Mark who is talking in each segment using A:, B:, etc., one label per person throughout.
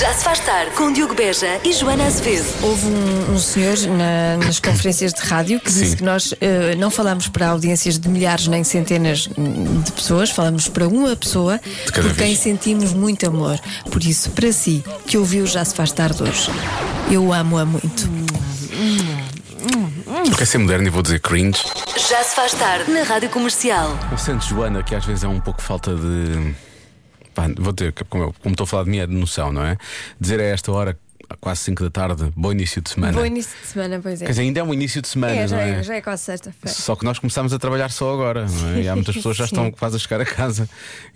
A: Já se faz tarde com Diogo Beja e Joana Azevedo.
B: Houve um, um senhor na- nas conferências de rádio que disse
C: Sim.
B: que nós eh, não falamos para audiências de milhares nem centenas hum, de pessoas, falamos para uma pessoa por
C: cada
B: quem
C: vez.
B: sentimos muito amor. Por isso, para si, que ouviu Já Se Faz Tarde hoje, eu amo-a muito.
C: Porque é ser moderno e vou dizer cringe.
A: Já se faz tarde na Rádio Comercial.
C: Eu sinto, Joana, que às vezes é um pouco falta de. Pá, vou dizer, que como, eu- como estou a falar de mim, é de noção, não é? Dizer a esta hora, quase 5 da tarde, bom início de semana.
B: início de semana, pois
C: Quer dizer, ainda é um início de semana, não é?
B: quase sexta-feira.
C: Só que nós começámos a trabalhar só agora, não é? E há muitas pessoas que já estão quase a chegar a casa.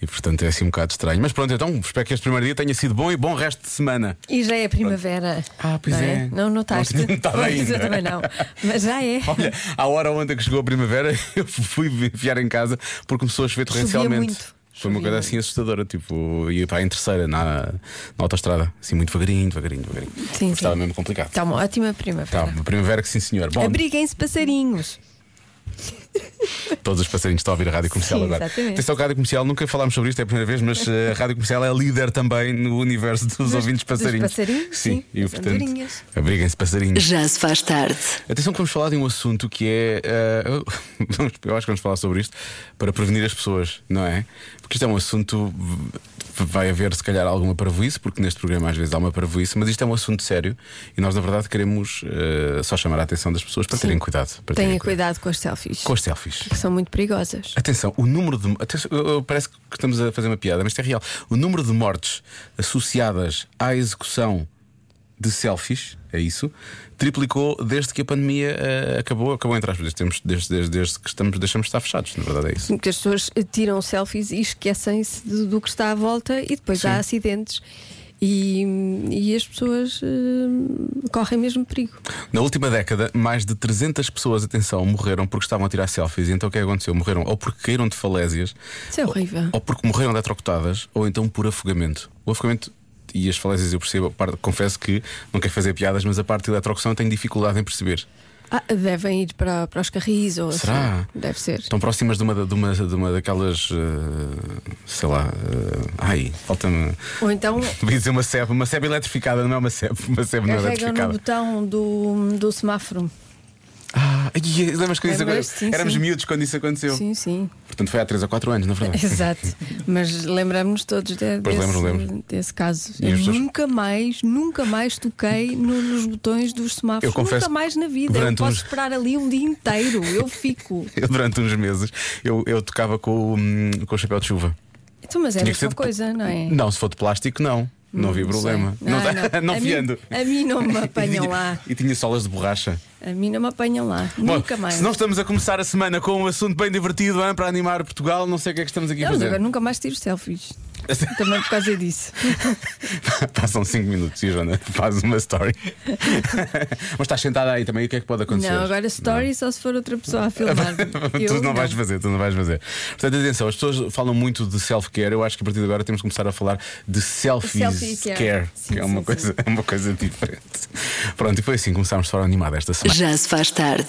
C: E portanto é assim um bocado estranho. Mas pronto, então espero que este primeiro dia tenha sido bom e bom resto de semana.
B: E já é primavera.
C: Ah, pois não é? é. Não notaste? Não tinha notado Pois, ainda. eu também não.
B: Mas já é.
C: Olha, à hora ontem que chegou a primavera, eu fui enfiar em casa porque começou a chover
B: Chovia
C: torrencialmente.
B: muito.
C: Foi uma
B: Chovia
C: coisa assim assustadora, tipo, ia para em terceira na, na autostrada, assim muito devagarinho, devagarinho, devagarinho.
B: Sim, Tá.
C: Mas Estava
B: sim.
C: mesmo complicado.
B: Está uma ótima primavera.
C: Tá, uma primavera que sim, senhor. Bom,
B: Abriguem-se passarinhos.
C: todos os passarinhos estão a ouvir a rádio comercial
B: Sim,
C: agora.
B: exatamente.
C: Atenção que a rádio comercial, nunca falámos sobre isto, é a primeira vez, mas eh, a rádio comercial é líder também no universo dos,
B: dos
C: ouvintes passarinhos.
B: passarinhos, sim,
C: e
B: das
C: portanto,
B: andorinhas.
C: abriguem-se passarinhos.
A: Já se faz tarde.
C: Atenção que vamos falar de um assunto que é. eh, vamos- eu acho que vamos falar sobre isto para prevenir as pessoas, não é? Porque isto é um assunto. Vai haver, se calhar, alguma parvoíce, porque neste programa às vezes há uma parvoíce, mas isto é um assunto sério e nós, na verdade, queremos eh, só chamar a atenção das pessoas para terem cuidado. Para terem
B: Tenha cuidado com as selfies.
C: Com as selfies.
B: Que são muito perigosas.
C: Atenção, o número de. atenção, eu- eu- parece que estamos a fazer uma piada, mas isto é real. O número de mortes associadas à execução de selfies, é isso, triplicou desde que a pandemia eh, acabou, acabou entre aspas, desde, que temos- desde, desde- desde que estamos, deixamos de estar fechados, na verdade é isso.
B: Muitas pessoas eh, tiram selfies e esquecem-se do, do que está à volta e depois há acidentes. E, e as pessoas eh, correm mesmo perigo.
C: Na última década, mais de 300 pessoas, atenção, morreram porque estavam a tirar selfies. E então o que é que aconteceu? Morreram ou porque caíram de falésias,
B: Isso é horrível.
C: ou porque morreram de eletrocutadas, ou então por afogamento. O afogamento. E as falésias eu percebo, a parte- confesso que não quero fazer piadas, mas a parte da eletrocução eu tenho dificuldade em perceber.
B: Ah, devem ir para, para os carris ou
C: Será? Então,
B: assim. Deve ser.
C: Estão próximas de uma, de uma, de uma daquelas. eh, sei lá. eh, ai, falta-me.
B: Ou então
C: Devia dizer uma sebe, uma sebe eletrificada, não é uma sebe, uma sebe não
B: carregam no
C: eletrificada.
B: botão do, do semáforo.
C: Ah, ai, lembras quando isso
B: Lembras?
C: aconteceu?
B: Sim,
C: Éramos
B: sim.
C: miúdos quando isso aconteceu.
B: Sim, sim.
C: Portanto, foi há 3 ou 4 anos, na verdade.
B: Exato, mas lembramos todos de-
C: Pois
B: desse,
C: lembro, lembro.
B: desse caso.
C: E
B: Eu
C: as pessoas-
B: nunca mais, nunca mais toquei no- nos botões dos semáforos.
C: Eu
B: nunca
C: confesso
B: mais na vida. Eu
C: durante
B: posso
C: uns-
B: esperar ali um dia inteiro. Eu fico.
C: Eu, durante uns meses eu, eu tocava com, o, hum, com o chapéu de chuva.
B: Então, mas é a
C: Tinha que ser
B: mesma
C: de-
B: coisa, não é?
C: Não, se for de plástico, não. Não havia
B: sei.
C: problema.
B: Ah,
C: tá-
B: a, mim,
C: fiando.
B: a mim não me apanham
C: E tinha-
B: lá.
C: E tinha solas de borracha.
B: A mim não me apanham lá.
C: Bom,
B: nunca mais.
C: Se não estamos a começar a semana com um assunto bem divertido hein, para animar Portugal, não sei o que é que estamos aqui
B: Eu
C: a
B: agora
C: fazer.
B: nunca mais tiro selfies. Também por causa disso.
C: Passam 5 minutos e a Joana faz uma story. Mas estás sentada aí também, o que é que pode acontecer?
B: Não, agora stories só se for outra pessoa a filmar.
C: tu não, vais fazer, tu não vais fazer. Portanto, atenção, as pessoas falam muito de self-care. Eu acho que a partir de agora temos que começar a falar de self-care,
B: Selfie care. Sim,
C: que
B: sim,
C: é uma,
B: sim.
C: coisa, é uma coisa diferente. Pronto, e foi assim que começámos de forma animada esta semana.
A: Já se faz tarde.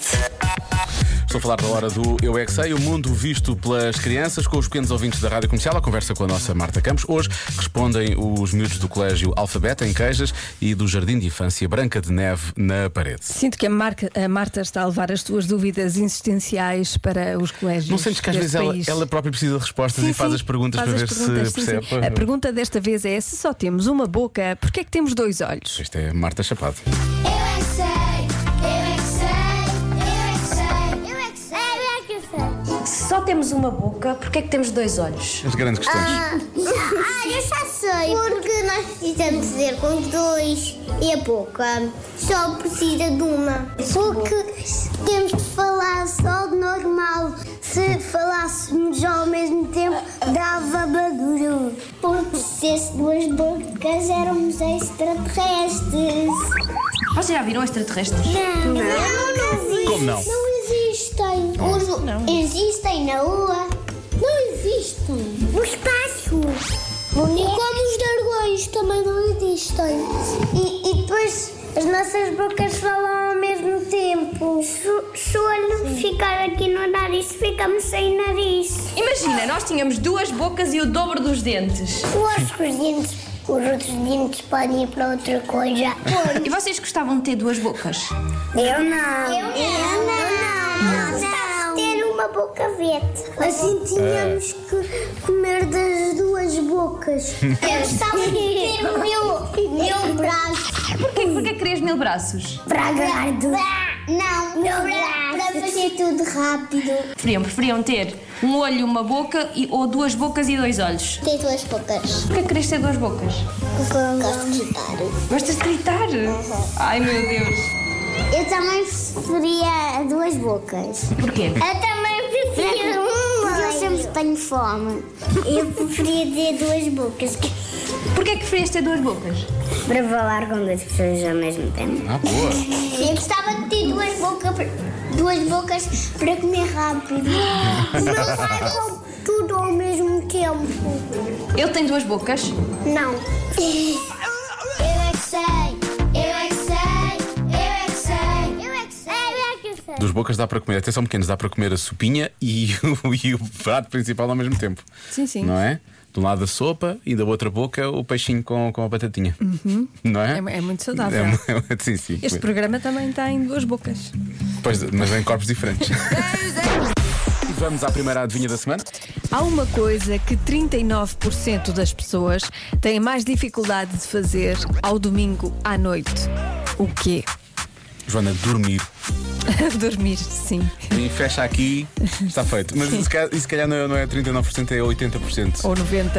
C: Estou a falar da hora do Eu é Que Sei, o mundo visto pelas crianças, com os pequenos ouvintes da Rádio Comercial. A conversa com a nossa Marta Campos. Hoje respondem os miúdos do Colégio Alfabeto, em Queijas, e do Jardim de Infância Branca de Neve, na Parede.
B: Sinto que a, Marca- a Marta está a levar as tuas dúvidas existenciais para os colégios.
C: Não sentes que às
B: deste
C: vezes ela,
B: país?
C: ela própria precisa de respostas
B: Sim,
C: e faz
B: sim,
C: as perguntas
B: faz as
C: para ver
B: perguntas,
C: se
B: sim,
C: percebe?
B: sim. A pergunta desta vez é: se só temos uma boca, porquê é que temos dois olhos?
C: Isto é Marta Chapado.
D: Eu é que sei, eu é que sei, eu é que sei, eu é que sei, eu é que sei.
E: Se só temos uma boca, porquê é que temos dois olhos?
C: As grandes questões.
D: Ah, eu já sei. Porque nós precisamos dizer com dois e a boca só precisa de uma. Porque temos de falar só de normal. Se falássemos já ao mesmo tempo, dava barulho. Porque se as duas bocas éramos extraterrestres.
E: Vocês já viram extraterrestres?
D: Não, não, existe.
C: Como não? assim
D: existem. Os- Existem na Lua. Não existem. No espaço. E como os dragões também não existem. E, e depois as nossas bocas falam ao mesmo tempo. Se, se o olho ficar aqui no nariz, ficamos sem nariz.
E: Imagina, nós tínhamos duas bocas e o dobro dos dentes.
D: Eu acho que os dentes Os outros dentes podem ir para outra coisa.
E: E vocês gostavam de ter duas bocas?
D: Eu não. Eu não. Eu não. Gostava de ter uma boca verde. Assim tínhamos que comer das duas bocas. Eu gostava de ter o meu, meu braço.
E: Porquê, porquê querias mil braços?
D: Para agarrar. Não, meu braço. Para fazer tudo rápido.
E: Preferiam, preferiam ter um olho, uma boca e, ou duas bocas e dois olhos.
D: Tem duas bocas.
E: Porquê querias ter duas bocas?
D: Gosto de gritar.
E: Gostas de gritar? Ai meu Deus.
D: Eu também preferia duas bocas.
E: Porquê?
D: Eu também preferia uma. Porque eu sempre tenho fome. Eu preferia ter duas bocas.
E: Porquê é que preferias ter duas bocas?
D: Para falar com duas pessoas ao mesmo tempo.
C: Ah, boa.
D: Eu gostava de ter duas bocas, duas bocas para comer rápido. Não vai com tudo ao mesmo tempo.
E: Ele tem duas bocas?
D: Não. Eu é que sei. Eu é que sei. Eu é que sei. Eu é que sei. Eu é que
B: Ah.
D: sei.
C: Dos bocas dá para comer, atenção pequenos, dá para comer a sopinha e o, e o prato principal ao mesmo tempo.
B: Sim, sim.
C: Não é? De um lado a sopa e da outra boca o peixinho com, com a batatinha. Não é?
B: É- é muito saudável.
C: É mu- é mu- sim, sim.
B: Este programa também tem duas bocas.
C: Pois, mas em corpos diferentes. E Vamos à primeira adivinha da semana.
B: Há uma coisa que 39% das pessoas têm mais dificuldade de fazer ao domingo à noite. O quê?
C: Joana, dormir.
B: Dormir, sim.
C: E fecha aqui, está feito. Mas se calhar, se calhar não é- não é 39%, é 80%.
B: Ou
C: Ou 90,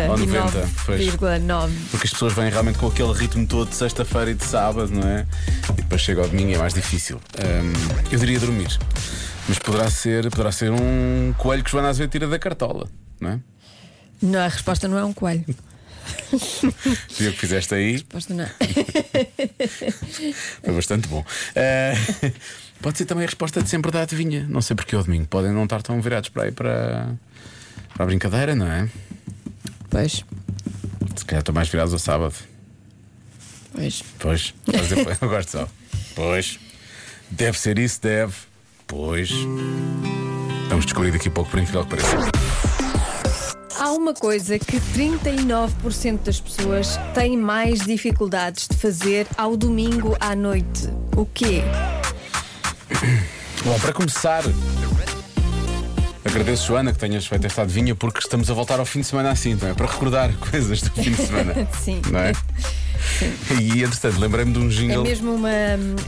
C: pois.
B: 99,9%.
C: Porque as pessoas vêm realmente com aquele ritmo todo de sexta-feira e de sábado, não é? E depois chega ao domingo e é mais difícil. Hum, eu diria dormir. Mas poderá ser, poderá ser um coelho que Joana Azevedo tira da cartola, não é?
B: Não, a resposta não é um coelho.
C: Seria o que fizeste aí,
B: A resposta não é.
C: foi bastante bom. Eh, pode ser também a resposta de sempre da adivinha. Não sei porque ao domingo podem não estar tão virados para aí para, para a brincadeira, não é?
B: Pois,
C: Se calhar estão mais virados ao sábado.
B: pois.
C: Pois, Mas eu- eu gosto só. Pois, deve ser isso, deve. Pois. Vamos descobrir daqui a pouco, por incrível que pareça.
B: Há uma coisa que 39% das pessoas têm mais dificuldades de fazer ao domingo à noite. O quê?
C: Bom, para começar, agradeço, Joana, que tenhas feito esta adivinha, porque estamos a voltar ao fim de semana assim, não é? Para recordar coisas do fim de semana.
B: Sim.
C: Não é? E, entretanto, lembrei-me de um
B: É
C: jingle.
B: mesmo uma,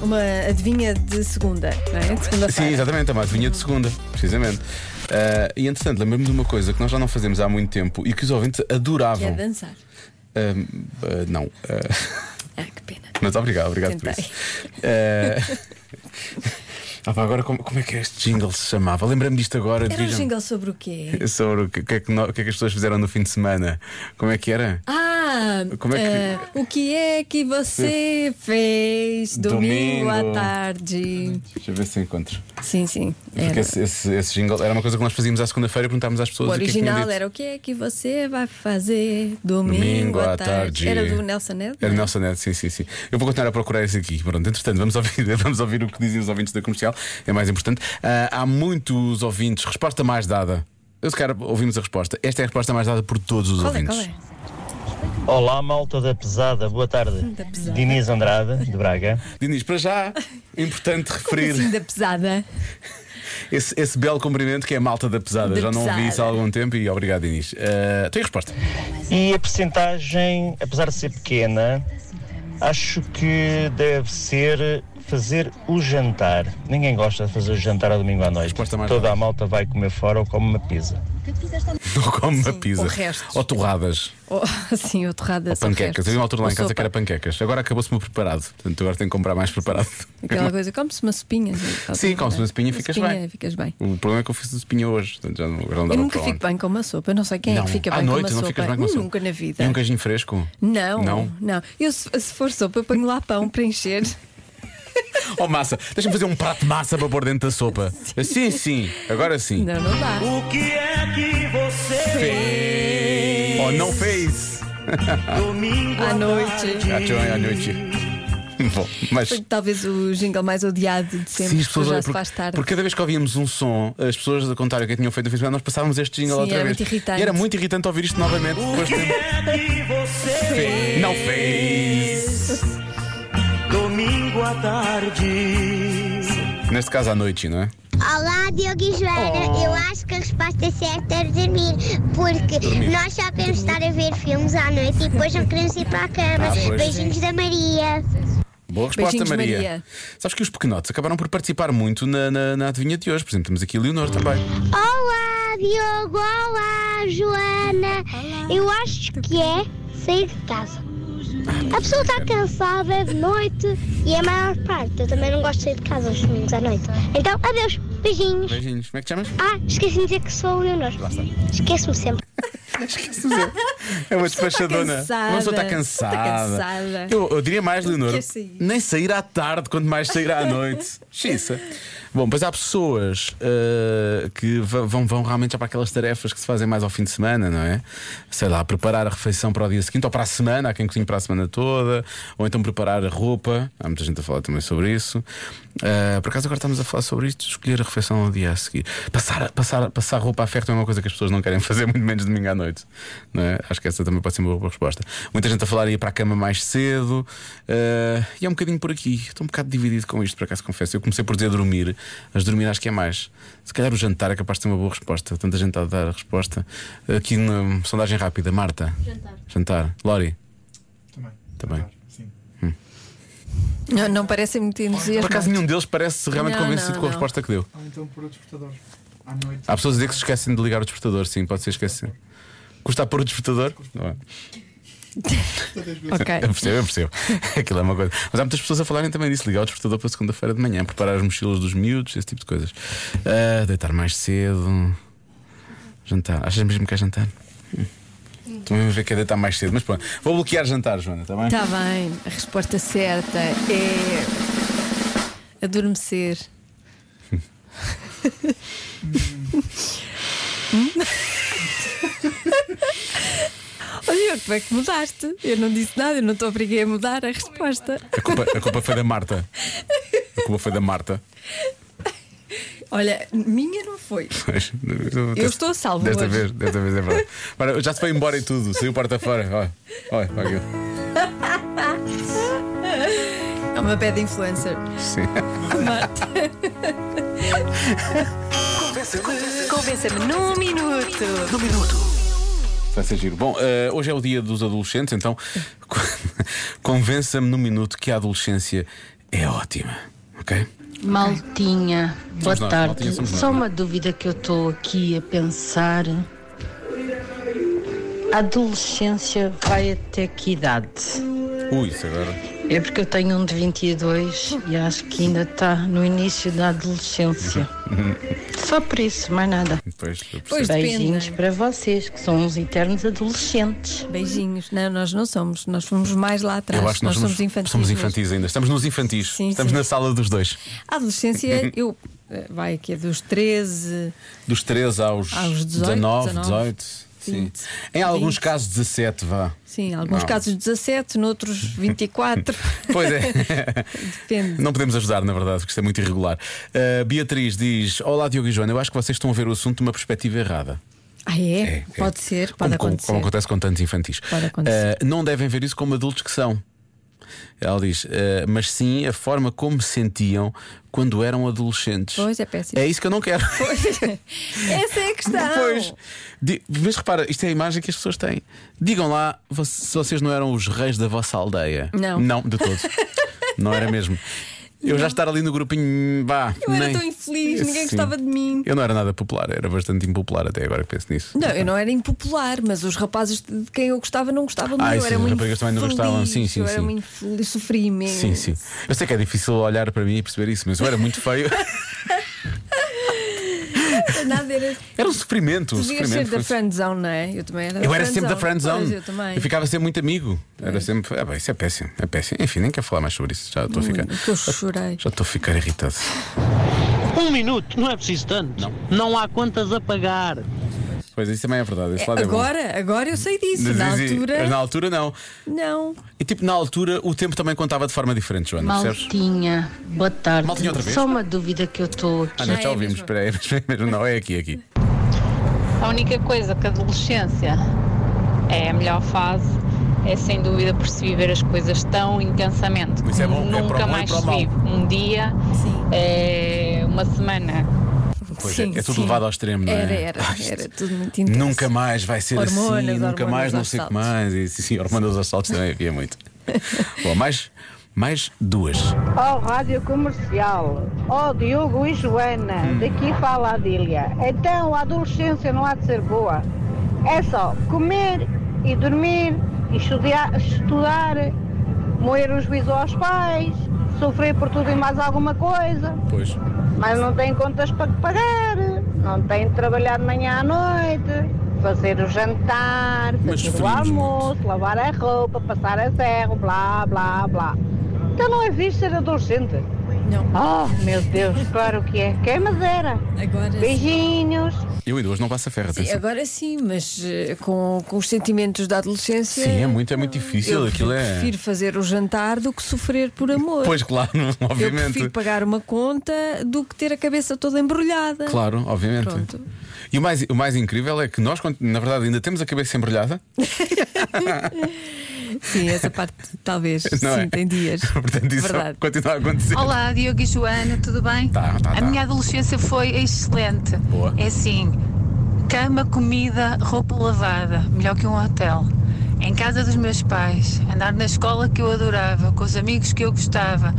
B: uma adivinha de segunda, não é? De
C: Sim,
B: segunda-feira.
C: exatamente, é uma adivinha de segunda, precisamente. Ah, e, entretanto, lembrei-me de uma coisa que nós já não fazemos há muito tempo e que os ouvintes
B: Que é
C: adoravam.
B: dançar.
C: Ah, ah, não. ah,
B: Ah, que pena.
C: Mas obrigado, obrigado por
B: Tentei.
C: isso. Eh, ah, pá, agora como, como é que este jingle se chamava? Lembrei-me disto agora.
B: Era um
C: dirijam-me.
B: jingle sobre o quê?
C: Sobre o que, o que é que, no- o que é que as pessoas fizeram no fim de semana. Como é que era?
B: Ah,
C: Como é que-
B: ah, o que é que você fez domingo,
C: Domingo.
B: à tarde?
C: Deixa eu ver se eu encontro.
B: Sim, sim.
C: Porque
B: Era.
C: esse, esse- esse jingle era uma coisa que nós fazíamos à segunda-feira e perguntávamos às pessoas
B: O
C: o que é que tinham
B: original
C: dito.
B: era o que é que você vai fazer domingo,
C: Domingo
B: à
C: à
B: tarde.
C: tarde.
B: Era do Nelson Neto?
C: Era Nelson Neto, sim, sim, sim. Eu vou continuar a procurar isso aqui. Pronto, entretanto, vamos ouvir, vamos ouvir o que dizem os ouvintes da comercial, é mais importante. Ah, há muitos ouvintes, resposta mais dada. Eu, se calhar, ouvimos a resposta. Esta é a resposta mais dada por todos os
B: Qual é?
C: ouvintes.
B: Qual é?
F: Olá, malta da pesada, boa tarde. Diniz Andrade, de Braga.
C: Dinis, para já, importante referir
B: Assim da pesada.
C: esse, esse belo cumprimento que é a malta da pesada.
B: Da
C: já não ouvi
B: pesada.
C: isso há algum tempo e obrigado, Dinis. Ah, tem resposta.
F: E a percentagem, apesar de ser pequena, acho que deve ser fazer o jantar. Ninguém gosta de fazer o jantar ao domingo à noite.
C: Resposta mais
F: Toda
C: rápida.
F: a malta vai comer fora ou come uma pizza.
C: Ou como uma
B: ou
C: pizza.
B: restos.
C: Ou torradas.
B: Ou, assim, ou torrada
C: Ou panquecas. Havia uma altura lá em casa que era
B: panqueca.
C: panquecas. Agora acabou-se-me o preparado. Portanto, agora tenho que comprar mais preparado.
B: Aquela coisa, come-se uma sopinha. assim,
C: Sim, come-se uma sopinha e ficas
B: sopinha
C: bem.
B: e ficas bem.
C: O problema é que eu fiz de espinha hoje. Portanto, já não, agora não dava
B: Eu nunca
C: para
B: fico
C: onde.
B: bem com uma sopa. Eu Não sei quem é
C: Não,
B: que fica
C: à
B: bem
C: noite
B: com uma
C: não
B: sopa.
C: ficas bem com uma sopa.
B: Nunca na vida.
C: E um queijinho fresco?
B: Não,
C: Não.
B: não, Eu, se, se for sopa, eu ponho lá pão para encher.
C: Ou Oh, massa? Deixa-me fazer um prato de massa para pôr dentro da sopa. Sim, sim. Agora sim.
B: Não, não dá.
G: O que é que você
C: Ou Oh, não fez.
G: domingo
B: À noite.
C: À noite. Bom, mas.
B: Foi talvez o jingle mais odiado de sempre.
C: Sim, as pessoas
B: já
C: olham,
B: se faz tarde.
C: porque cada vez que ouvíamos um som, as pessoas a contarem o que tinham feito no fim de semana, nós passávamos este jingle
B: Sim,
C: outra
B: era
C: vez.
B: muito irritante.
C: E era muito irritante ouvir isto novamente depois de tempo.
G: É que você
C: Não fez!
G: domingo à tarde.
C: Neste caso à noite, não é?
D: Olá, Diogo e Joana.
C: Oh.
D: Eu acho que a resposta é certa era dormir, porque nós só queremos estar a ver filmes à noite e depois não queremos ir para a cama.
C: Ah, pois.
D: Beijinhos da Maria.
C: Boa resposta,
B: Beijinhos,
C: Maria.
B: Maria.
C: Sabes que os pequenotes acabaram por participar muito na, na, na adivinha de hoje. Por exemplo, temos aqui a Leonor também.
D: Olá, Diogo. Olá, Joana. Eu acho que é sair de casa. A pessoa está cansada, é de noite e a maior parte. Eu também não gosto de sair de casa aos domingos à noite. Então, adeus. Beijinhos.
C: Beijinhos. Como é que te chamas?
D: Ah, esqueci de dizer que sou o Leonor. Esqueço-me sempre.
C: É uma
B: pessoa está
C: despachadona.
B: tá cansada.
C: Uma pessoa está
B: Está
C: cansada.
B: cansada.
C: Eu, eu diria mais, Leonor.
B: Quer sair.
C: Nem sair à tarde, quanto mais sair à noite. Xiça. Bom, pois há pessoas ah, que va- vão, vão realmente já para aquelas tarefas que se fazem mais ao fim de semana, não é? Sei lá, preparar a refeição para o dia seguinte ou para a semana, há quem cozinha para a semana toda, ou então preparar a roupa. Há muita gente a falar também sobre isso. Ah, por acaso agora estamos a falar sobre isto, escolher a refeição ao dia a seguir. Passar, passar, passar roupa à ferro é uma coisa que as pessoas não querem fazer, muito menos domingo à noite. não é? Acho que essa também pode ser uma boa resposta. Muita gente a falar ir para a cama mais cedo. ah, e é um bocadinho por aqui. Estou um bocado dividido com isto, por acaso confesso. Eu comecei por dizer dormir, mas dormir acho que é mais. Se calhar o jantar é capaz de ter uma boa resposta. Tanta gente a dar a resposta. Aqui na sondagem rápida, Marta. Jantar. Jantar. Lori.
H: Também.
C: Também.
H: Claro, sim.
B: Não, não parecem muito
C: Por acaso
B: entusiasmados.
C: nenhum deles parece realmente
B: Não,
C: convencido
B: não,
C: com a
B: não.
C: resposta que deu.
H: Ou então por outros portadores. À noite.
C: Há pessoas a dizer que se esquecem de ligar o despertador, sim, pode ser esquecido. Custa a pôr o despertador? Não é?
B: Ok.
C: Eu percebo, eu percebo. Aquilo é uma coisa. Mas há muitas pessoas a falarem também disso: ligar o despertador para segunda-feira de manhã, preparar as mochilas dos miúdos, esse tipo de coisas. Ah, deitar mais cedo. Jantar. Achas mesmo que é jantar? Hum. Também me ver que é deitar mais cedo, mas pronto. Vou bloquear jantar, Joana, está bem?
B: Está Tá bem, a resposta certa é adormecer. Hum? Olha, como é que mudaste? Eu não disse nada, eu não te obriguei a mudar a resposta.
C: A culpa, a culpa foi da Marta. A culpa foi da Marta.
B: Olha, minha não foi.
C: Pois.
B: Eu estou a salvo
C: Desta
B: hoje.
C: vez, desta vez é verdade. Ora, já se foi embora e tudo, saiu porta fora. Olha, olha, olha aquilo.
B: É uma bad influencer.
C: Sim.
B: Marta. Convença-me num minuto.
C: Vai ser giro. Bom, eh, hoje é o dia dos adolescentes, então convença-me num minuto que a adolescência é ótima. Ok?
I: Maltinha, boa
C: Somos nós,
I: tarde.
C: Maltinha, somos nós,
I: Só
C: não é?
I: uma dúvida que eu estou aqui a pensar. A adolescência vai até que idade?
C: Ui, isso agora.
I: É porque eu tenho um de 22 e acho que ainda está no início da adolescência. Só por isso, mais nada.
C: Depois eu percebo.
B: Pois
I: Beijinhos
B: depende. é?
I: para vocês, que são uns eternos adolescentes.
B: Beijinhos. Não, nós não somos. Nós fomos mais lá atrás.
C: Eu acho que
B: nós,
C: nós,
B: somos infantis.
C: somos
B: mesmo.
C: infantis ainda. Estamos nos infantis.
B: Sim,
C: Estamos
B: sim.
C: na sala dos dois.
B: A adolescência, eu. eh, Vai aqui é dos 13.
C: Dos 13 aos,
B: Aos 18,
C: 19,
B: 19,
C: 18. Sim.
B: 20,
C: Em alguns
B: 20.
C: casos, 17, vá.
B: Sim, em alguns
C: Não.
B: casos 17, noutros 24.
C: Pois é.
B: Depende.
C: Não podemos ajudar, na verdade, porque isto é muito irregular. Uh, Beatriz diz: Olá, Diogo e Joana, eu acho que vocês estão a ver o assunto de uma perspectiva errada.
B: Ah, é?
C: É, é.
B: Pode ser, pode
C: Como, como-
B: acontecer.
C: como acontece com tantos infantis.
B: Pode acontecer.
C: Uh, não devem ver isso como adultos que são. Ela diz, "Uh, mas sim a forma como se sentiam quando eram adolescentes.
B: Pois, é péssimo. então.
C: É isso que eu não quero.
B: Essa é a questão.
C: Depois, di- mas repara, isto é a imagem que as pessoas têm. Digam lá vo- se vocês não eram os reis da vossa aldeia.
B: Não.
C: Não, de todo. não era mesmo. Eu já estar ali no grupinho, vá.
B: Eu era
C: nem-
B: tão infeliz, ninguém
C: Sim.
B: gostava de mim.
C: Eu não era nada popular, era bastante impopular até agora que penso nisso.
B: Não, eu não era impopular, mas os rapazes de quem eu gostava não gostavam de mim.
C: Ah,
B: eu
C: sim,
B: era
C: os
B: muito
C: rapazes também não gostavam. Sim, sim,
B: eu era
C: sim.
B: muito infeliz, sofri imenso.
C: Sim, sim. Eu sei que é difícil olhar para mim e perceber isso, mas eu era muito feio.
B: Nada era.
C: Era um sofrimento. um
B: Devias
C: sofrimento.
B: ser da
C: Foi-
B: friendzone, não é? Eu também era.
C: Eu era sempre da friendzone.
B: Pois, eu também.
C: ficava sempre muito amigo. Era sempre. Ah, bem, isso é péssimo. É péssimo. Enfim, nem quero falar mais sobre isso. Já estou a ficar.
B: Que eu chorei.
C: Já estou a ficar irritado.
J: Um minuto, não é preciso tanto. Não, há contas a pagar.
C: Pois isso também é verdade. Esse lado
B: agora, agora eu sei
C: é
B: disso.
C: bom.
B: Na
C: Mas, e-
B: altura.
C: mas na altura não.
B: Não.
C: E tipo, na altura o tempo também contava de forma diferente, Joana, percebes?
I: Maltinha, boa tarde.
C: Maltinha outra vez?
I: Só uma dúvida que eu estou aqui.
C: Ah, não,
B: Já
C: já
B: é
C: ouvimos,
B: mesmo.
C: espera aí, mas mesmo não, é aqui, é aqui.
J: A única coisa que a adolescência é a melhor fase é sem dúvida por se viver as coisas tão intensamente.
C: Isso é bom, é para o bom
J: como nunca
C: e
J: mais
C: para o
J: se
C: mau.
J: vive. Um dia, é uma semana.
C: Pois
B: Sim,
C: é, é tudo
B: sim.
C: levado ao extremo, não é?
B: Era, era,
C: Ah, isto
B: era tudo muito intenso.
C: Nunca mais vai ser
B: Hormonas,
C: assim, nunca
B: hormonas
C: mais não
B: aos
C: sei o que
B: saltos.
C: mais. E, sim, sim, hormonas aos assaltos também havia muito. Bom, mais, mais duas.
J: Oh, Rádio Comercial. Oh, Diogo e Joana. Daqui fala a Adília. Então, a adolescência não há de ser boa. É só comer e dormir, e estudar, estudar moer os juízo aos pais, sofrer por tudo e mais alguma coisa.
C: Pois.
J: Mas não tem contas para pagar, não tem de trabalhar de manhã à noite, fazer o jantar,
C: Mas
J: fazer o
C: sofrimos
J: almoço, lavar a roupa, passar a serra, blá, blá, blá. Então não é visto ser adolescente.
B: Não.
J: Oh, meu Deus, claro que é. Quem me dera.
B: Agora sim.
J: Beijinhos.
C: Eu e duas não passa ferro,
B: Sim,
C: atenção.
B: Agora sim, mas eh, com, com os sentimentos da adolescência.
C: Sim, é muito, é muito difícil.
B: Eu
C: Aquilo é.
B: prefiro fazer o jantar do que sofrer por amor.
C: Pois, claro,
B: eu
C: obviamente.
B: prefiro pagar uma conta do que ter a cabeça toda embrulhada.
C: Claro, obviamente.
B: Pronto.
C: E o mais, o mais incrível é que nós, quando- na verdade, ainda temos a cabeça embrulhada.
B: Sim, essa parte talvez.
C: Não
B: sim,
C: é?
B: tem dias.
C: Portanto, isso é
B: Verdade.
C: continua a acontecer.
J: Olá, Diogo e Joana, tudo bem?
C: Tá, tá,
J: a
C: tá.
J: minha adolescência foi excelente.
C: Boa.
J: É assim: cama, comida, roupa lavada, melhor que um hotel. Em casa dos meus pais, andar na escola que eu adorava, com os amigos que eu gostava,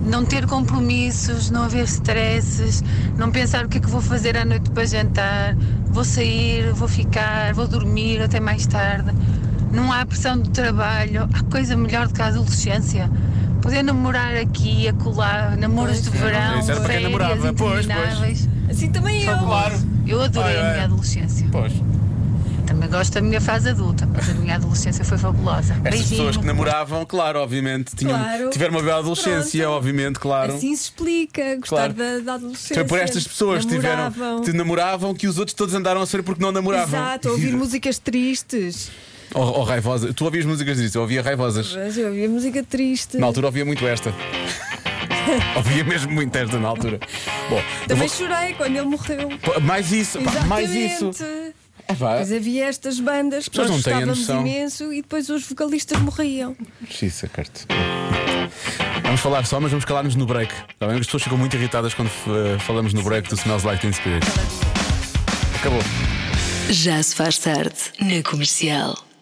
J: não ter compromissos, não haver stresses, não pensar o que é que vou fazer à noite para jantar, vou sair, vou ficar, vou dormir até mais tarde. Não há pressão do trabalho, há coisa melhor do que a adolescência. Poder namorar aqui e acolá, namoros de verão,
C: Isso era para quem
J: férias
C: namorava, pois, pois.
J: intermináveis.
B: Assim também eu.
J: Eu adorei
C: Ai,
J: a
C: ai.
J: minha adolescência.
C: Pois.
J: Também gosto da minha fase adulta, mas a minha adolescência foi fabulosa.
C: Estas
J: Beijinho.
C: pessoas que namoravam, claro, obviamente, tinham,
B: Claro.
C: tiveram uma bela adolescência,
B: Pronto.
C: obviamente, claro.
B: Assim se explica gostar
C: Claro.
B: da, da adolescência.
C: Foi por estas pessoas que tiveram,
B: Namoravam.
C: te namoravam que os outros todos andaram a ser porque não namoravam.
B: Exato, ouvir músicas tristes.
C: Oh, oh, raivosa. Tu ouvias músicas disso, eu ouvia raivosas.
B: Mas eu ouvia música triste.
C: Na altura ouvia muito esta. ouvia mesmo muito esta na altura. Bom, eu
B: Também
C: vou-
B: chorei quando ele morreu.
C: Pô, mais isso, pá, mais isso.
B: Exatamente.
C: É, pá,
B: Mas havia estas bandas que
C: pessoas
B: nós
C: não têm a
B: gostávamos
C: noção.
B: imenso e depois os vocalistas morriam.
C: Xisa, Carte. Vamos falar só, mas vamos calar-nos no break. Está bem? As pessoas ficam muito irritadas quando eh, falamos no break do Smells Like Teen Spirit. Acabou.
A: Já se faz tarde na comercial.